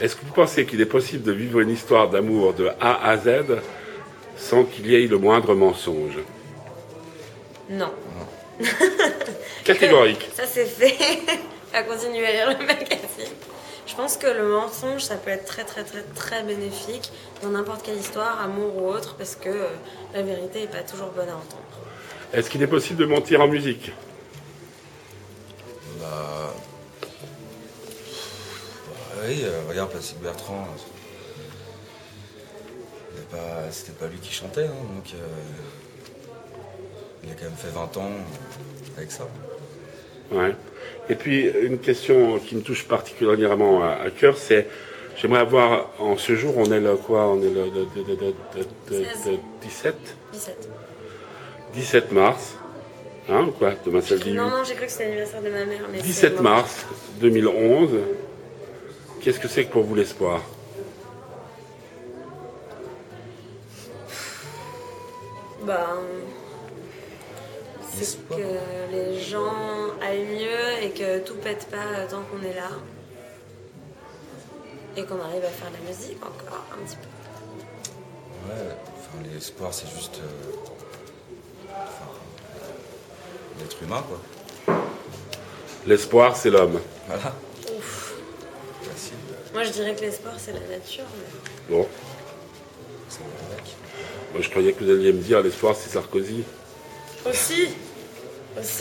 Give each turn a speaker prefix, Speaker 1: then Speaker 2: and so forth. Speaker 1: Est-ce que vous pensez qu'il est possible de vivre une histoire d'amour de A à Z sans qu'il y ait le moindre mensonge
Speaker 2: Non.
Speaker 1: Catégorique.
Speaker 2: Ça, c'est fait. à continuer à lire le magazine. Je pense que le mensonge, ça peut être très, très, très, très bénéfique dans n'importe quelle histoire, amour ou autre, parce que euh, la vérité n'est pas toujours bonne à entendre.
Speaker 1: Est-ce qu'il est possible de mentir en musique
Speaker 3: Bah, bah oui, euh, regarde Placide Bertrand. là, c'est- c'était pas- C'était pas, lui qui chantait, hein, donc euh, il a quand même fait 20 ans avec ça.
Speaker 1: Ouais. Et puis, une question qui me touche particulièrement à, à cœur, c'est j'aimerais avoir, en ce jour, on est le quoi On est le, le- le- le- le- le-
Speaker 2: Seize.
Speaker 1: le 17
Speaker 2: 17.
Speaker 1: 17 mars. Hein, ou quoi Demain, c'est le 18.
Speaker 2: Non, non, j'ai cru que c'était l'anniversaire de ma mère. Mais c'est
Speaker 1: 17
Speaker 2: mort.
Speaker 1: mars 2011. Qu'est-ce que c'est que pour vous l'espoir
Speaker 2: Bah. euh, C'est
Speaker 3: L'espoir.
Speaker 2: que les gens aillent mieux et que tout pète pas euh, tant qu'on est là. Et qu'on arrive à faire de la musique encore un petit peu.
Speaker 3: Ouais, enfin, l'espoir, c'est juste. euh, enfin, l'être humain, quoi.
Speaker 1: L'espoir, c'est l'homme.
Speaker 3: Voilà,
Speaker 2: Ouf.
Speaker 3: facile,
Speaker 2: Moi, je dirais que l'espoir, c'est la nature. mais-
Speaker 1: Bon,
Speaker 3: c'est le mec.
Speaker 1: moi, je croyais que vous alliez me dire l'espoir, c'est Sarkozy.
Speaker 2: Aussi Aussi